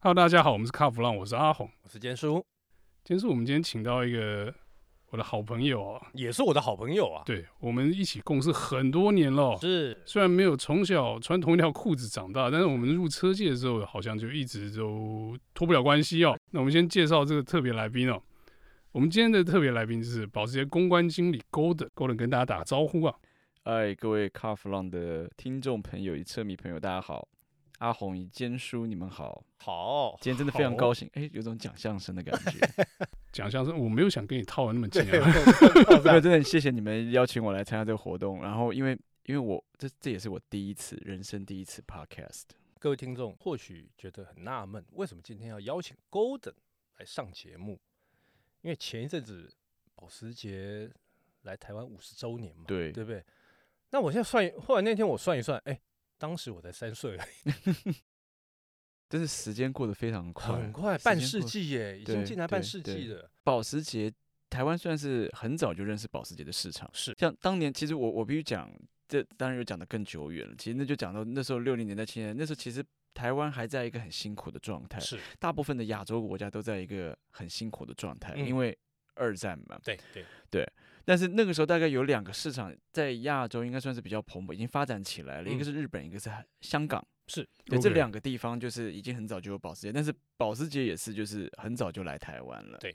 Hello，大家好，我们是卡弗浪，我是阿红。我是坚叔，今天是我们今天请到一个我的好朋友啊，也是我的好朋友啊。对我们一起共事很多年了。哦是虽然没有从小穿同一条裤子长大，但是我们入车界的时候好像就一直都脱不了关系哦。那我们先介绍这个特别来宾哦。我们今天的特别来宾是保时捷公关经理 Golden，Golden 跟大家打个招呼啊。嗨，哎各位卡弗朗的听众朋友与车迷朋友，大家好！阿红与坚叔，你们好！好，今天真的非常高好。兴，哎、有种讲相声的感 觉。讲相声，我没有想跟你套的那么近对，啊。我没有，真的很谢谢你们邀请我来参加这个活动。然后，因为因为我这这也是我第一次人生第一次 podcast， 各位听众 或许觉得很纳闷，为什么今天要邀请 Golden 来上节目？因为前一阵子保时捷来台湾五十周年嘛，对对不对？那我现在算一，后来那天我算一算，哎，当时我才三岁而已，真是时间过得非常快，很快时间半过世得。纪耶，已经对进来半对世对纪了。保时捷台湾算是很早就认识保时捷的市场，是像当年，其实我我必须讲，这当然有讲的更久远了。其实那就讲到那时候六零年代、七零年代，那时候其实台湾还在一个很辛苦的状态，是，大部分的亚洲国家都在一个很辛苦的状态，嗯因为二战嘛。对对，但是那个时候大概有两个市场在亚洲应该算是比较蓬勃，已经发展起来了，一嗯个是日本，一个是韩香港。是对，这 OK 两个地方就是已经很早就有保时捷，但是保时捷也是就是很早就来台湾了。对。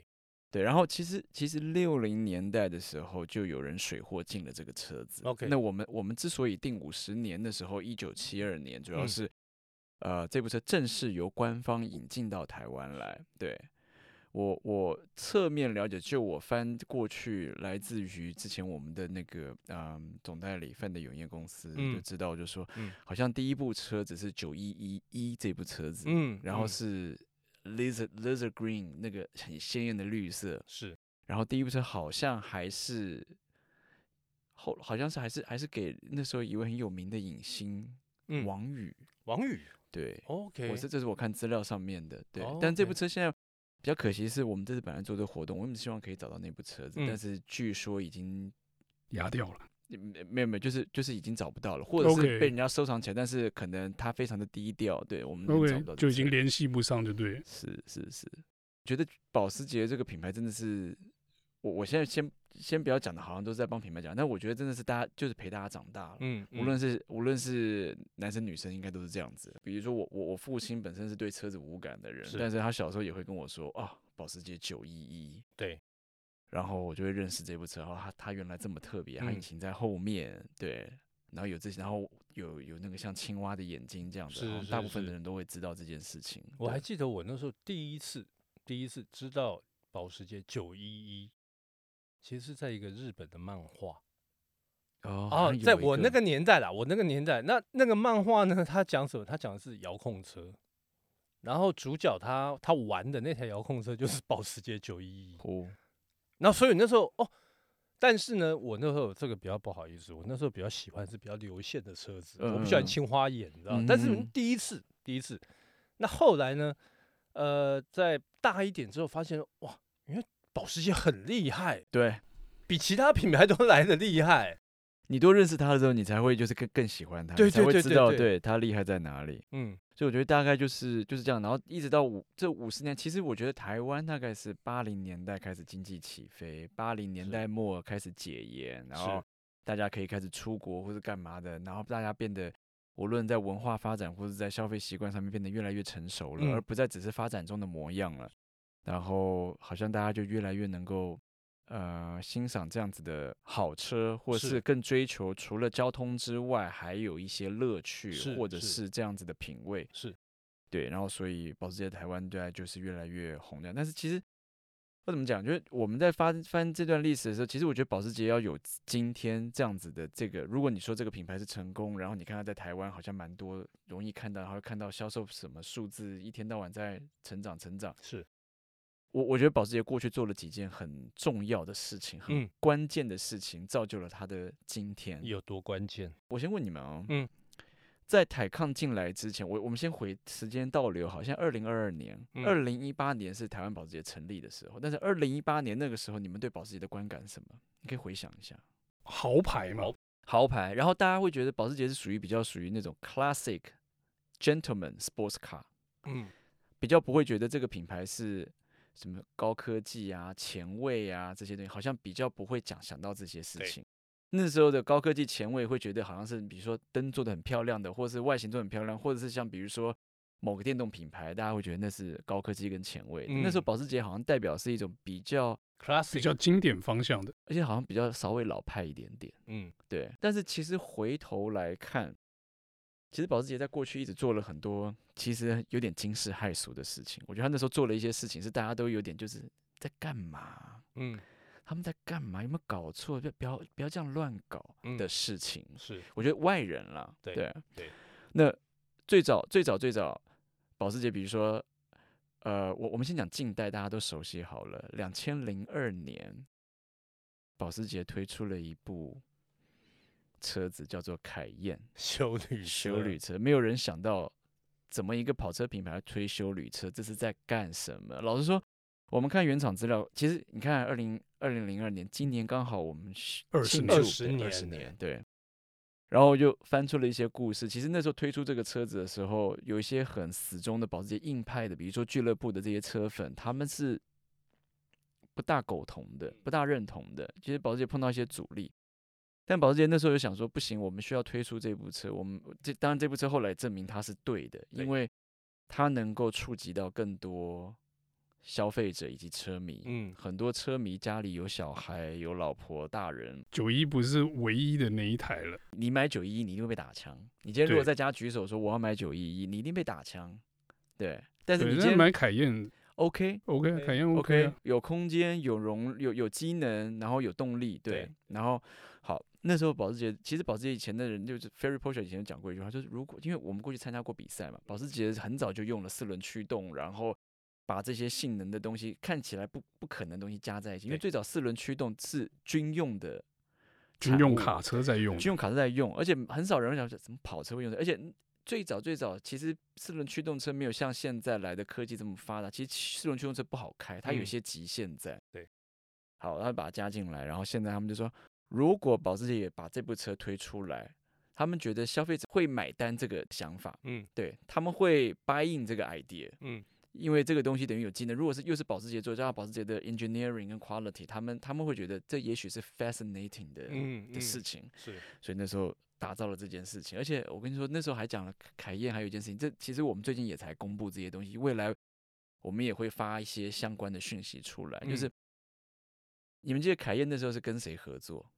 对，然后其实其实六零年代的时候就有人水货进了这个车子。 OK 那我们我们之所以定五十年的时候，一九七二年，主要嗯是、呃这部车正式由官方引进到台湾来。对，我我侧面了解，就我翻过去，来自于之前我们的那个嗯、总代理范的永业公司、就嗯知道，就说、嗯好像第一部车子是九一一一这部车子，嗯然后嗯是 lizard lizard green 那个很鲜艳的绿色，是然后第一部车好像还是后好像是还是还是给那时候一位很有名的影星、嗯王宇，王宇对， ，OK，我是这是我看资料上面的，对。哦但这部，OK 车现在比较可惜是我们这次本来做的活动，我们希望可以找到那部车子，嗯但是据说已经 压掉了，没嗯没有没有，就是就是已经找不到了，或者是 OK 被人家收藏起来，但是可能它非常的低调，对我们已经找 OK，不到这就已车经联系不上，就对了。是是是，觉得保时捷这个品牌真的是，我我现在先先不要讲的，好像都是在帮品牌讲，但我觉得真的是大家就是陪大家长大了。嗯，无嗯论是无论是男生女生，应该都是这样子。比如说我我我父亲本身是对车子无感的人，是但是他小时候也会跟我说啊，保时捷九一一，对，然后我就会认识这部车，然后它它原来这么特别，它嗯引擎在后面，对，然后有这些，然后有有那个像青蛙的眼睛这样是子，好像大是部分是的人都会知道这件事情。我对还记得我那时候第一次第一次知道保时捷九一一，其实是在一个日本的漫画哦，哦好像，有在一我那个年代啦，我那个年代，那那个漫画呢，它讲什么？它讲的是遥控车，然后主角他他玩的那台遥控车就是保时捷九一一，哦，然后所以那时候哦。但是呢，我那时候这个比较不好意思，我那时候比较喜欢是比较流线的车子，我不喜嗯嗯欢嗯青花眼，你知道吗？但是嗯第一次，第一次，那后来呢？呃，在大一点之后发现，哇，原来保时捷很厉害，对比其他品牌都来的厉害。你多认识他的时候，你才会就是更更喜欢他，对你才对会对知对道对对他厉害在哪里。嗯，所以我觉得大概就是就是这样，然后一直到五这五十年，其实我觉得台湾大概是八零年代开始经济起飞，八零年是代末开始解严，然是后大家可以开始出国或者干嘛的，然后大家变得无论在文化发展或者在消费习惯上面变得越来越成熟了，嗯而不再只是发展中的模样了。然后好像大家就越来越能够呃欣赏这样子的好车，或是是更追求除了交通之外还有一些乐趣，是或者是是这样子的品味。是对，然后所以保时捷台湾对啊就是越来越红这样，但是其实我怎么讲，就是我们在翻翻这段历史的时候，其实我觉得保时捷要有今天这样子的这个，如果你说这个品牌是成功，然后你看它在台湾好像蛮多容易看到，然后看到销售什么数字，一天到晚在成长成长。是，我我觉得保时捷过去做了几件很重要的事情，很嗯关键的事情，造就了它的今天。有多关键？我先问你们哦，嗯，在台抗进来之前，我我们先回时间倒流，好像二零二二年、嗯二零一八年是台湾保时捷成立的时候，但是二零一八年那个时候，你们对保时捷的观感是什么？你可以回想一下。豪牌嘛，豪牌，然后大家会觉得保时捷是属于比较属于那种 classic gentleman sports car，嗯，比较不会觉得这个品牌是什么高科技啊、前卫啊这些东西，好像比较不会讲想到这些事对情。那时候的高科技前卫会觉得好像是，比如说灯做的很漂亮的，或是外形做得很漂亮，或者是像比如说某个电动品牌，大家会觉得那是高科技跟前卫的。那时候嗯保时捷好像代表是一种比较， classic 比较经典方向的，而且好像比较稍微老派一点点。嗯对，但是其实回头来看，其实保时捷在过去一直做了很多其实有点惊世骇俗的事情。我觉得他那时候做了一些事情，是大家都有点就是在干嘛？嗯他们在干嘛？有没有搞错？不要不要不要这样乱搞嗯的事情。是我觉得外人啦，对对对那最早最早最早，保时捷，比如说，呃，我我们先讲近代，大家都熟悉好了。两千零二年，保时捷推出了一部车子，叫做凯宴修女 修旅车。没有人想到，怎么一个跑车品牌推修旅车，这是在干什么？老实说。我们看原厂资料，其实你看，二零二零零二年，今年刚好我们是20庆年祝20对年20呢年，对。然后就翻出了一些故事。其实那时候推出这个车子的时候，有一些很死忠的保时捷硬派的，比如说俱乐部的这些车粉，他们是不大苟同的，不大认同的。其实保时捷碰到一些阻力，但保时捷那时候就想说，不行，我们需要推出这部车。我们这当然这部车后来证明它是对的，对因为它能够触及到更多消费者以及车迷。嗯很多车迷家里有小孩、有老婆、大人，九一不是唯一的那一台了，你买九一一，你一定会被打枪。你今天如果对在家举手说我要买九一一，你一定被打枪。对，但是对你今但天买凯宴 OK OK，啊 OK，凯宴 OK 啊 OK，有空间，有容，有有机能，然后有动力，对，对然后好，那时候保时捷，其实保时捷以前的人就是 Ferry Porsche 以前讲过一句话，就是如果因为我们过去参加过比赛嘛，保时捷很早就用了四轮驱动，然后把这些性能的东西看起来不不可能的东西加在一起，因为对最早四轮驱动是军用的军用产物卡车在用军用卡车在用，而且很少人会想说怎么跑车会用的，而且最早最早其实四轮驱动车没有像现在来的科技这么发达，其实四轮驱动车不好开，它有一嗯些极限在。对，好，然后把它加进来，然后现在他们就说，如果保时捷也把这部车推出来，他们觉得消费者会买单这个想法，嗯对他们会 buy in 这个 idea。嗯因为这个东西等于有技能，如果是又是保时捷做，加上保时捷的 engineering 跟 quality，他们他们会觉得这也许是 fascinating 的、嗯的事嗯情，是所以那时候打造了这件事情。而且我跟你说，那时候还讲了凯凯宴，还有一件事情，这其实我们最近也才公布这些东西，未来我们也会发一些相关的讯息出来。就嗯是你们记得凯宴那时候是跟谁合作？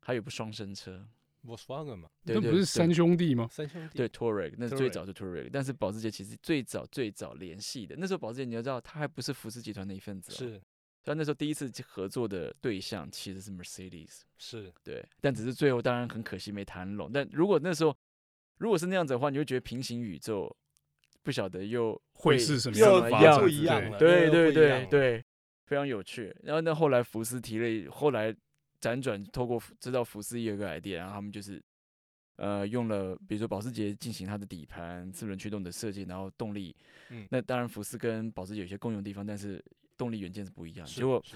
还有一部双生车， Volkswagen 嘛，对那对不是对三兄弟吗？三兄弟对 t o r e g 那是最 Touareg 早是 t o r e g 但是保时捷其实最早最早联系的，那时候保时捷你要知道，它还不是福斯集团的一份子、哦，，是所以那时候第一次合作的对象其实是 Mercedes，是对，但只是最后当然很可惜没谈拢。但如果那时候如果是那样子的话，你会觉得平行宇宙不晓得又会是什么又样又的不发展？一样不一样对了，对又对不一样对了，对，非常有趣。然后那后来福斯提了一，后来辗转透过福知道福斯也有个 idea，然后他们就是呃用了比如说保时捷进行它的底盘四轮驱动的设计，然后动力，嗯那当然福斯跟保时捷有些共用地方，但是动力元件是不一样的。是结果是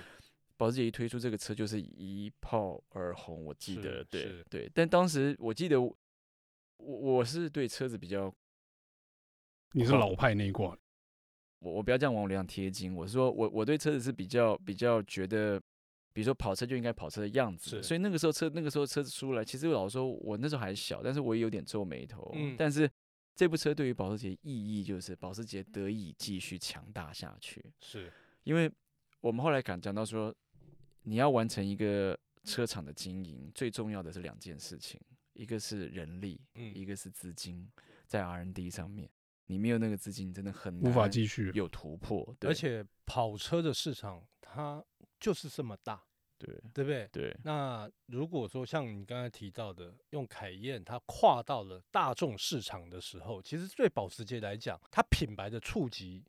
保时捷一推出这个车就是一炮而红，我记是得，对是对。但当时我记得我我是对车子比较你是老派那一挂的，我我不要这样往我脸上贴金，我是说我我对车子是比较比较觉得，比如说跑车就应该跑车的样子的，是所以那个时候车那个时候车子出来，其实我老实说，我那时候还小，但是我也有点皱眉头。嗯但是这部车对于保时捷意义就是保时捷得以继续强大下去，是因为我们后来讲讲到说，你要完成一个车厂的经营，最重要的是两件事情，一个是人力，一嗯个是资金，在 R&D 上面。你没有那个资金，真的很无法难继续。嗯有突破，对而且跑车的市场它就是这么大，对对不对？对那如果说像你刚才提到的，用凯宴它跨到了大众市场的时候，其实对保时捷来讲，它品牌的触及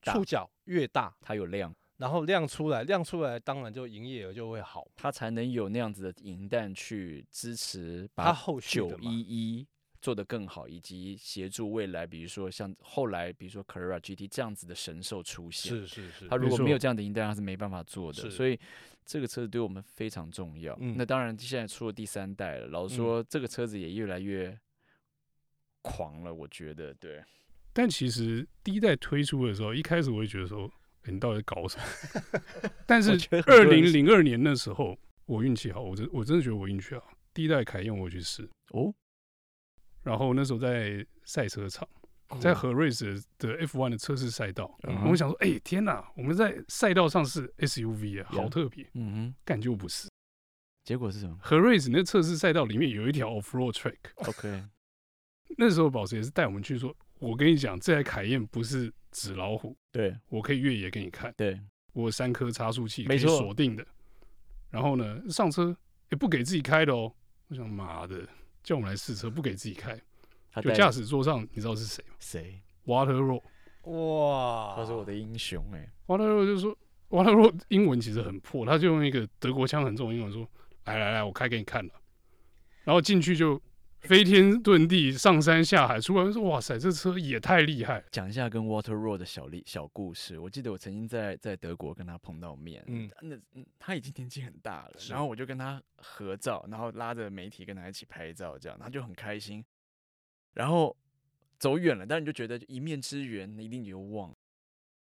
大触角越大，它有量，然后量出来，量出来当然就营业额就会好嘛。它才能有那样子的银弹去支持它把后续的九嘛一一做得更好，以及协助未来，比如说像后来比如说 Carrera GT 这样子的神兽出现。是是是，它没如果没有错这样的银弹，它是没办法做的。是所以这个车子对我们非常重要。嗯那当然，现在出了第三代了，老嗯实说，这个车子也越来越狂了，我觉得对。但其实第一代推出的时候，一开始我也觉得说，诶你到底在搞什么？但是 我觉得很二多人零零二年那时候，我运气好，我真我真的觉得我运气好。第一代凯宴我去试，哦，然后那时候在赛车场，在何瑞斯的 F1 的测试赛道，嗯我想说，哎、天哪，我们在赛道上是 SUV 啊，好 Yeah 特别，嗯哼，感觉不是。结果是什么何瑞斯那测试赛道里面有一条 off road track， ？OK，那时候保时也是带我们去说，我跟你讲，这台凯宴不是纸老虎，对我可以越野给你看，对，我有三颗差速器可没以错锁定的。然后呢，上车也不给自己开的哦。我想妈的，叫我们来试车，不给自己开，他就带驾了驶座上你知道是谁吗谁？ ？Water r o w 哇，他是我的英雄哎、 Water r o w 就说 Water r o w 英文其实很破，他就用一个德国腔很重的英文说：“来来来，我开给你看了。”然后进去就飞天遁地，上山下海，出来就说：“哇塞，这车也太厉害了！”讲一下跟 Water Road 的小历小故事。我记得我曾经在在德国跟他碰到面，嗯那嗯他已经年纪很大了，是然后我就跟他合照，然后拉着媒体跟他一起拍照，这样他就很开心。然后走远了，但你就觉得一面之缘一定有望。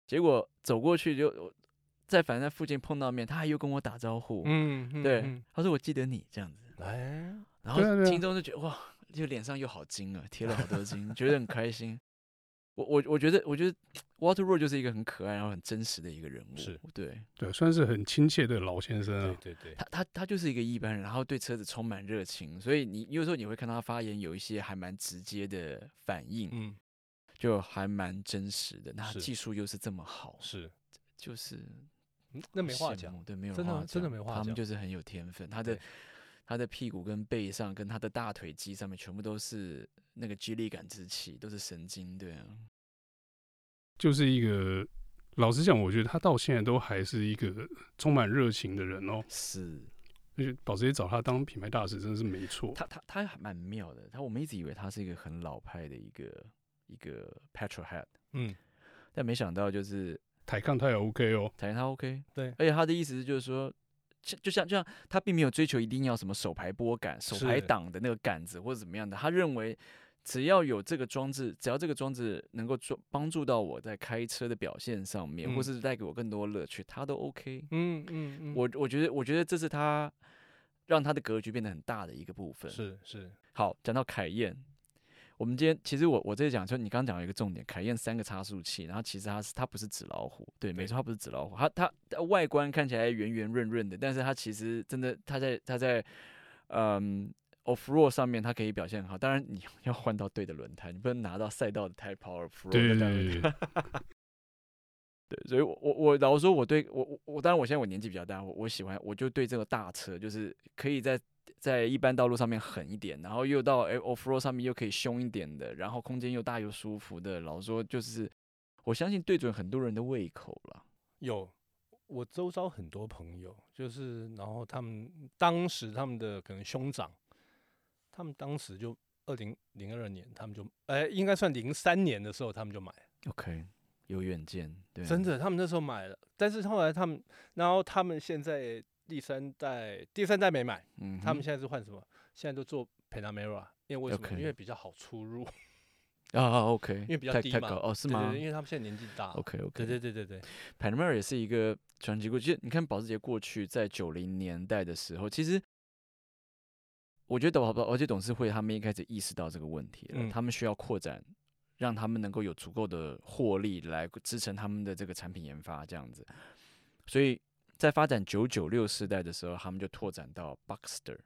结果走过去就我在反正在附近碰到面，他还又跟我打招呼，嗯，嗯对，嗯他说我记得你这样子，哎，然对啊后对啊心中就觉得哇，就脸上又好金啊，贴了好多金，觉得很开心。我我我觉得我觉得 Water Road 就是一个很可爱然后很真实的一个人物，是对对，算是很亲切的老先生对啊。对对，他他他就是一个一般人，然后对车子充满热情，所以你有时候你会看到他发言有一些还蛮直接的反应，嗯，就还蛮真实的。那他是技术又是这么好，是，就是嗯那没好话羡讲慕，对，没有真的话真的讲没话他们讲就是很有天分，他的对他的屁股跟背上跟他的大腿肌上面全部都是那个肌力感之气，都是神经，对啊，就是一个，老实讲，我觉得他到现在都还是一个充满热情的人哦。是而且保时捷找他当品牌大使真的是没错。他他他还蛮妙的，他我们一直以为他是一个很老派的一个一个 petrol head，嗯，但没想到就是抬杠他也 OK 哦，台他 OK，对而且他的意思是就是说。就就像就像他并没有追求一定要什么手排拨杆、手排是挡的那个杆子或者怎么样的，他认为只要有这个装置，只要这个装置能够助帮助到我在开车的表现上面，或嗯是带给我更多乐趣，他都 OK。嗯嗯嗯，我我觉得我觉得这是他让他的格局变得很大的一个部分。是是，好，讲到凯宴，我们今天其实我我这里讲说，你刚刚讲了一个重点，凯宴三个差速器，然后其实它是它不是纸老虎，对，没对错，它不是纸老虎，它它它外观看起来圆圆润润的，但是它其实真的它在它在嗯 off road 上面它可以表现很好，当然你 要换到对的轮胎，你不能拿到赛道的 Type Power Pro 对对的那个对对，对，所以我，我我老实说，我对我我我，当然我现在我年纪比较大，我我喜欢，我就对这个大车，就是可以在在一般道路上面狠一点，然后又到哎 off road 上面又可以凶一点的，然后空间又大又舒服的，老实说就是我相信对准很多人的胃口了。有，我周遭很多朋友，就是然后他们当时他们的可能兄长，他们当时就二零零二年，他们就哎、应该算零三年的时候，他们就买了， OK，有远见，对，真的，他们那时候买了，但是后来他们，然后他们现在第三代，第三代没买，嗯哼，他们现在是换什么？现在都做 Panamera，因为为什么 OK 因为比较好出入，啊啊 OK，因因为比较太低太嘛高哦，是对对吗对，因为他们现在年纪大了。 ？OK 对 OK，对对对对， Panamera 也是一个传奇故事。其实你看保时捷过去在九零年代的时候，其实我觉得保保时捷董事会他们一开始意识到这个问题了，嗯他们需要扩展，让他们能够有足够的获利来支撑他们的这个产品研发这样子。所以在发展九九六世代的时候，他们就拓展到 Boxster，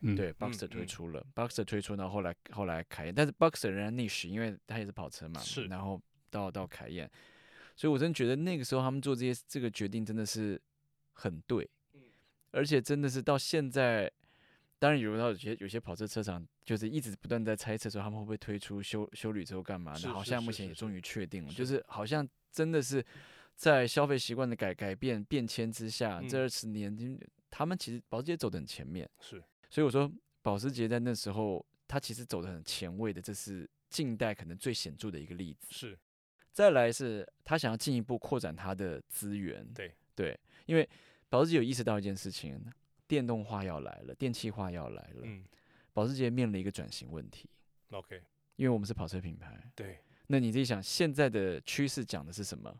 嗯，对，Boxster 推出了、b o x t e r 推出，然后后来后来凯宴，但是 Boxster 仍然逆袭，因为它也是跑车嘛，是然后到到凯宴，所以我真的觉得那个时候他们做这些这个决定真的是很对，嗯而且真的是到现在，当然有到有些有些跑车车厂就是一直不断在猜测说他们会不会推出修修旅之后干嘛是的，好是像是目前是也是终于确定了，就是是好像真的是在消费习惯的改改变变迁之下，这嗯二十年嗯他们其实保时捷走得很前面。是所以我说，保时捷在那时候，它其实走得很前卫的，这是近代可能最显著的一个例子。是，再来是，他想要进一步扩展它的资源。对对，因为保时捷有意识到一件事情，电动化要来了，电气化要来了，嗯保时捷面临一个转型问题， ，OK，因为我们是跑车品牌，对，那你自己想，现在的趋势讲的是什么？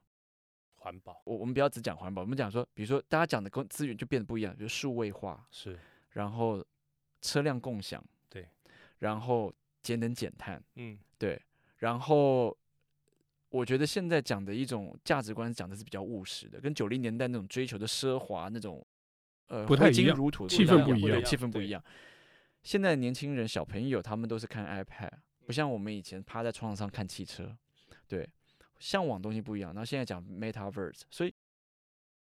环保我我们不要只讲环保，我们讲说，比如说大家讲的工资源就变得不一样，比如数位化，是，然后车辆共享，对，然后节能减碳，嗯，对，然后我觉得现在讲的一种价值观讲的是比较务实的，跟九零年代那种追求的奢华那种，呃，不挥太一金样如土的气不太氛不一对样气氛不一对样。现在的年轻人小朋友他们都是看 iPad，不像我们以前趴在窗上看汽车，对，向往东西不一样。然后现在讲 Metaverse，所以。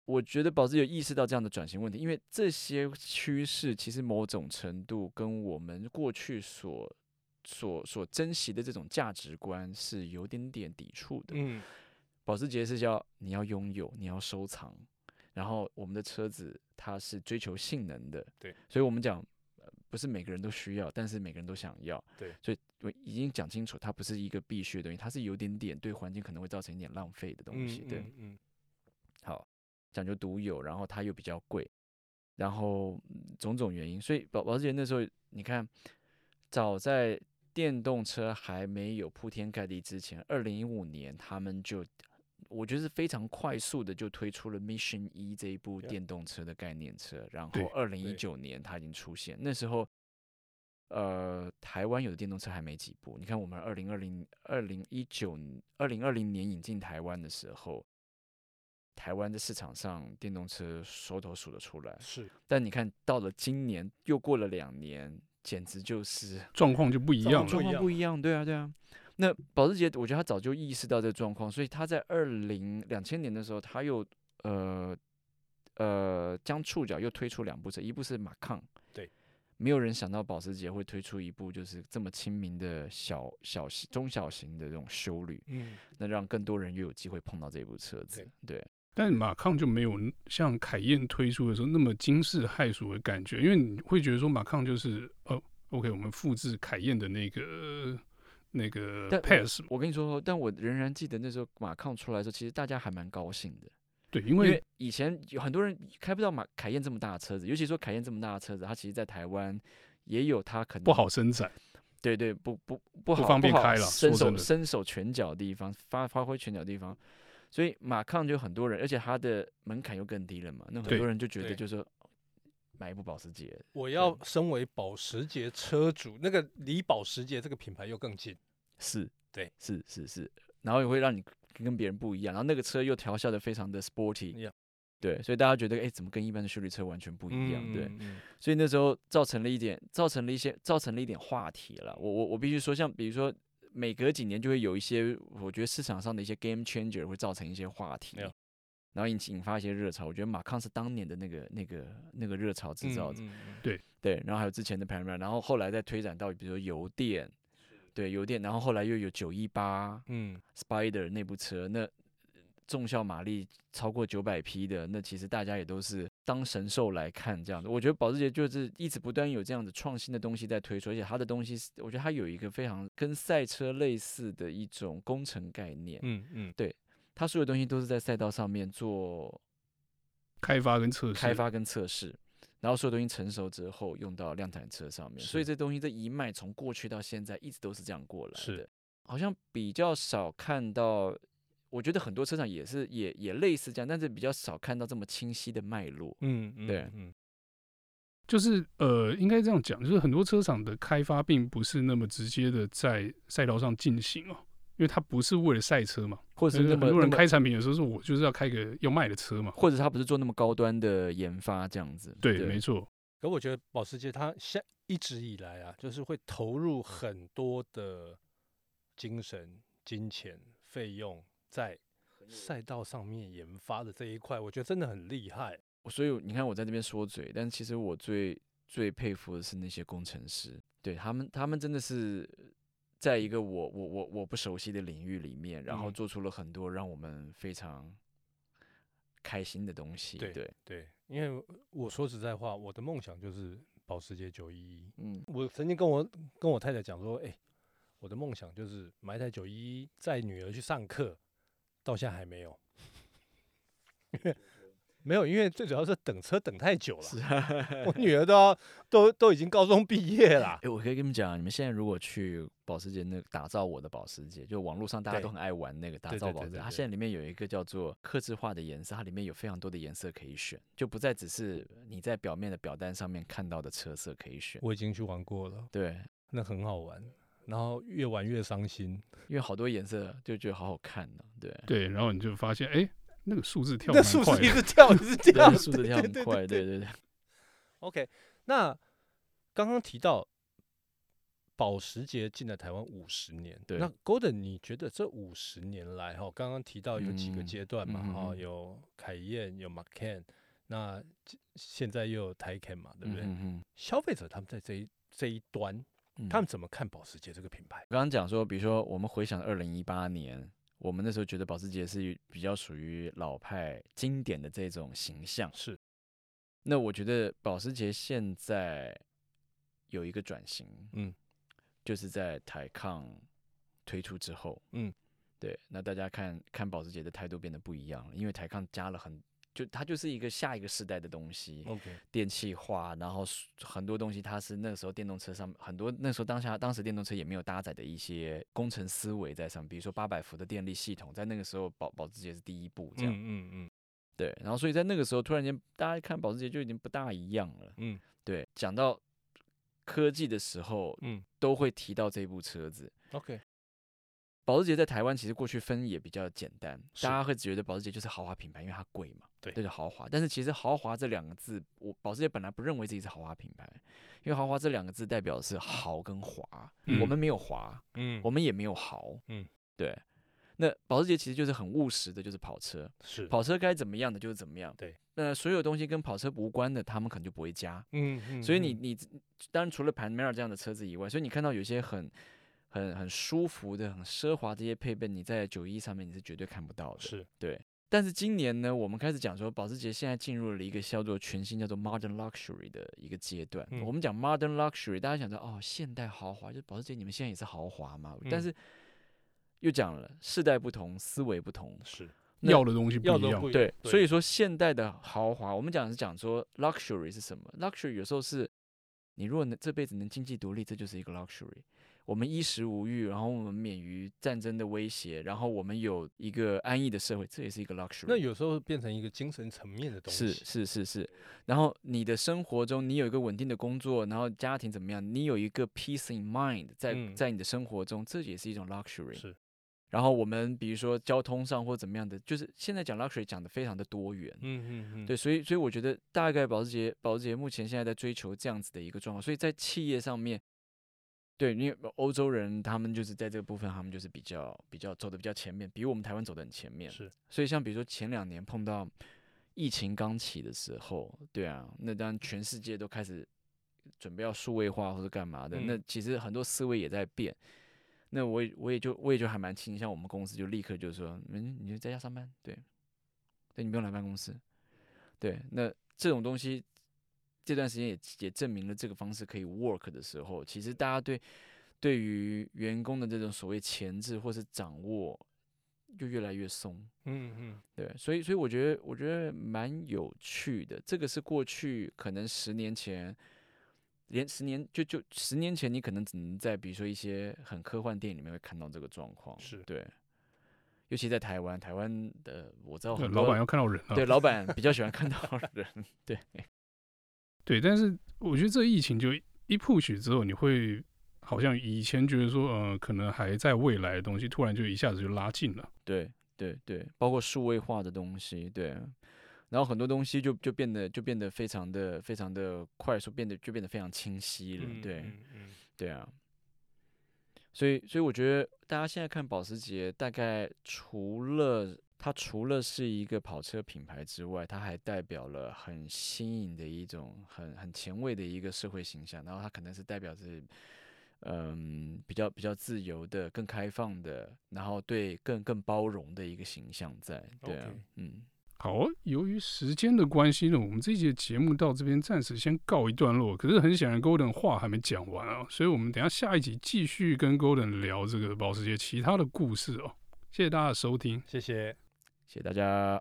我觉得保时捷有意识到这样的转型问题，因为这些趋势其实某种程度跟我们过去所所所珍惜的这种价值观是有点点抵触的。嗯，保时捷是要你要拥有，你要收藏，然后我们的车子它是追求性能的，对，所以我们讲。呃不是每个人都需要，但是每个人都想要。对所以我已经讲清楚，它不是一个必须的东西，它是有点点对环境可能会造成一点浪费的东嗯西。对，嗯嗯，好，讲究独有，然后它又比较贵，然后嗯种种原因，所以保保时捷那时候，你看，早在电动车还没有铺天盖地之前，二零一五年他们就，我觉得是非常快速的就推出了 Mission E 这一部 Yeah 电动车的概念车，然后对二零一九年它已经出现，那时候。呃，台湾有的电动车还没几部。你看，我们二零二零、二零一九、二零二零年引进台湾的时候，台湾的市场上电动车手头数得出来，是但你看到了今年，又过了两年，简直就是状况就不一样了。状一状况样不一样。对啊，对啊。那保时捷，我觉得他早就意识到这个状况，所以他在二零两千年的时候，他又呃呃将触角又推出两部车，一部是马抗，对，没有人想到保时捷会推出一部就是这么亲民的小小型中小型的这种修旅，嗯，那让更多人又有机会碰到这部车子。对，但马抗就没有像凯宴推出的时候那么惊世骇俗的感觉，因为你会觉得说马抗就是哦，OK，我们复制凯宴的那个呃那个但 pass，嘛我跟你说，但我仍然记得那时候马抗出来的时候，其实大家还蛮高兴的，对，因因为为以前有很多人开不到马凯宴这么大的车子，尤其说凯宴这么大的车子，它其实在台湾也有它可能不好，生产。对对，不不不好方便好开了伸说真手的伸手拳脚的地方，发发挥拳脚的地方，所以马抗就很多人，而且它的门槛又更低了嘛，那很对多人就觉得对就是说买一部保时捷，我要身为保时捷车主，那个离保时捷这个品牌又更近，是，对，是是是，然后也会让你跟别人不一样，然后那个车又调校的非常的 sporty，、 Yeah 对，所以大家觉得哎，诶怎么跟一般的修理车完全不一样？对，嗯，嗯所以那时候造成了一点，造成了一些，造成了一点话题了。我我我必须说，像比如说每隔几年就会有一些，我觉得市场上的一些 game changer 会造成一些话题 Yeah 然后引起引发一些热潮。我觉得马康是当年的那个那个那个热潮制造者。嗯嗯嗯对，然后还有之前的 p a n a m a 然后后来再推展到比如说油电，对油电，然后后来又有九一八嗯 Spider 那部车，那重效马力超过九百匹的，那其实大家也都是当神兽来看这样的。我觉得保时捷就是一直不断有这样的创新的东西在推出，而且它的东西是，我觉得它有一个非常跟赛车类似的一种工程概念，嗯嗯，它所有东西都是在赛道上面做开发跟测试，开发跟测试，然后所有东西成熟之后用到量产车上面，所以是这东西这一脉从过去到现在一直都是这样过来是的，好像比较少看到，我觉得很多车厂也是也也类似这样，但是比较少看到这么清晰的脉络。嗯嗯，对嗯，就是呃，应该这样讲，就是很多车厂的开发并不是那么直接的在赛道上进行哦，因为它不是为了赛车嘛。或者就是是那很么多人那么开产品的时候，是我就是要开个要卖的车嘛。或者他不是做那么高端的研发这样子，对，没错，可我觉得保时捷它现一直以来啊，就是会投入很多的精神、金钱、费用在赛道上面研发的这一块，我觉得真的很厉害。所以你看我在这边说嘴，但其实我最最佩服的是那些工程师，对他们，他们真的是在一个我我我我不熟悉的领域里面，然后嗯做出了很多让我们非常开心的东西。对对，对，因为我说实在话，我的梦想就是保时捷九一一。嗯，我曾经跟我跟我太太讲说，哎、我的梦想就是买一台九一一 载女儿去上课，到现在还没有。没有，因为最主要是等车等太久了，是啊，我女儿都要都都已经高中毕业 了哎、，我可以跟你们讲，你们现在如果去保时捷那个打造我的保时捷，就网络上大家都对很爱玩那个打对造对保对时捷，对它对现在里面有一个叫做刻字化的颜色，它里面有非常多的颜色可以选，就不再只是你在表面的表单上面看到的车色可以选。我已经去玩过了，对，那很好玩，然后越玩越伤 心，因为好多颜色就觉得好好看呢、 对，对，然后你就发现，哎、那个数字跳那蛮数快字一的，直跳，一直对，跳，那数字跳 很对快，对对对。 OK，那刚刚提到保时捷进了台湾五十年，对那 Golden，你觉得这五十年来哈，刚刚提到有几个嗯阶段嘛嗯哈、嗯嗯有凯宴，有 Macan，那这现在又有 Taycan 嘛，对不对？嗯嗯消费者他们在这一这一端，嗯他们怎么看保时捷这个品牌？我刚刚讲说，比如说我们回想二零一八年，我们那时候觉得保时捷是比较属于老派经典的这种形象。是，那我觉得保时捷现在有一个转型，嗯，就是在台抗推出之后，嗯，对，那大家看看保时捷的态度变得不一样了，因为台抗加了很。就它就是一个下一个时代的东西， OK，电气化，然后是很多东西它是那时候电动车上很多那时候当下当时电动车也没有搭载的一些工程思维在上，比如说八百伏的电力系统，在那个时候保保时捷是第一步这样，嗯嗯对，然后所以在那个时候突然间大家看保时捷就已经不大一样了，嗯对，讲到科技的时候嗯都会提到这部车子。 ，OK，保时捷在台湾其实过去分也比较简单，是大家会觉得保时捷就是豪华品牌，因为它贵嘛，对就是豪华。但是其实豪华这两个字，我保时捷本来不认为自己是豪华品牌，因为豪华这两个字代表的是豪跟华，我嗯们没有华，嗯，我们也没有豪，嗯，对。那保时捷其实就是很务实的，就是跑车，是，跑车该怎么样的就是怎么样，对。那所有东西跟跑车无关的，他们可能就不会加，嗯嗯，所以你嗯你当然除了 Panamera 这样的车子以外，所以你看到有些很很很舒服的、很奢华这些配备，你在九一上面你是绝对看不到的。是对。但是今年呢，我们开始讲说，保时捷现在进入了一个叫做全新叫做 Modern Luxury 的一个阶段。嗯我们讲 Modern Luxury，大家想说哦，现代豪华，就是保时捷，你们现在也是豪华嘛？但嗯是又讲了，世代不同，思维不同，是那要的东西不要一的样不。一样对，所以说现代的豪华，我们讲是讲说 luxury 是什么？luxury 有时候是你如果能这辈子能经济独立，这就是一个 luxury。我们衣食无虑，然后我们免于战争的威胁，然后我们有一个安逸的社会，这也是一个 luxury。那有时候变成一个精神层面的东西，是是是是，然后你的生活中，你有一个稳定的工作，然后家庭怎么样？你有一个 peace in mind 在、嗯在你的生活中，这也是一种 luxury。是。然后我们比如说交通上或怎么样的，就是现在讲 luxury 讲的非常的多元。嗯嗯嗯，对，所以所以我觉得大概保时捷，保时捷目前现在在追求这样子的一个状况，所以在企业上面，对，因为欧洲人他们就是在这个部分，他们就是比较比较走的比较前面，比我们台湾走的很前面。是所以像比如说前两年碰到疫情刚起的时候，对啊，那当然全世界都开始准备要数位化或者干嘛的，那嗯其实很多思维也在变。那我也我也就我也就还蛮倾向我们公司就立刻就说，嗯，你就在家上班，对，对你不用来办公室，对，那这种东西这段时间也也证明了这个方式可以 work 的时候，其实大家对对于员工的这种所谓前置或是掌握就越来越松，嗯嗯对，所以所以我觉得我觉得蛮有趣的，这个是过去可能十年前，连十年就就十年前，你可能只能在比如说一些很科幻电影里面会看到这个状况，是对，尤其在台湾，台湾的我知道对很老多板要看到人啊。 对老板比较喜欢看到人， 对，对，但是我觉得这疫情就一 push 之后，你会好像以前觉得说，呃，可能还在未来的东西，突然就一下子就拉近了。对对对，包括数位化的东西，对，然后很多东西就就变得就变得非常的非常的快速，变得就变得非常清晰了，嗯，对嗯嗯对啊，所以所以我觉得大家现在看保时捷，大概除了它除了是一个跑车品牌之外，它还代表了很新颖的一种很很前卫的一个社会形象，然后它可能是代表着。嗯，比较比较自由的、更开放的，然后对更更包容的一个形象在，对啊 OK 嗯，好哦，由于时间的关系呢，我们这一节节目到这边暂时先告一段落。可是很显然，Golden 话还没讲完啊，所以我们等一下下一集继续跟 Golden 聊这个保时捷其他的故事哦。谢谢大家的收听。谢谢。谢谢大家。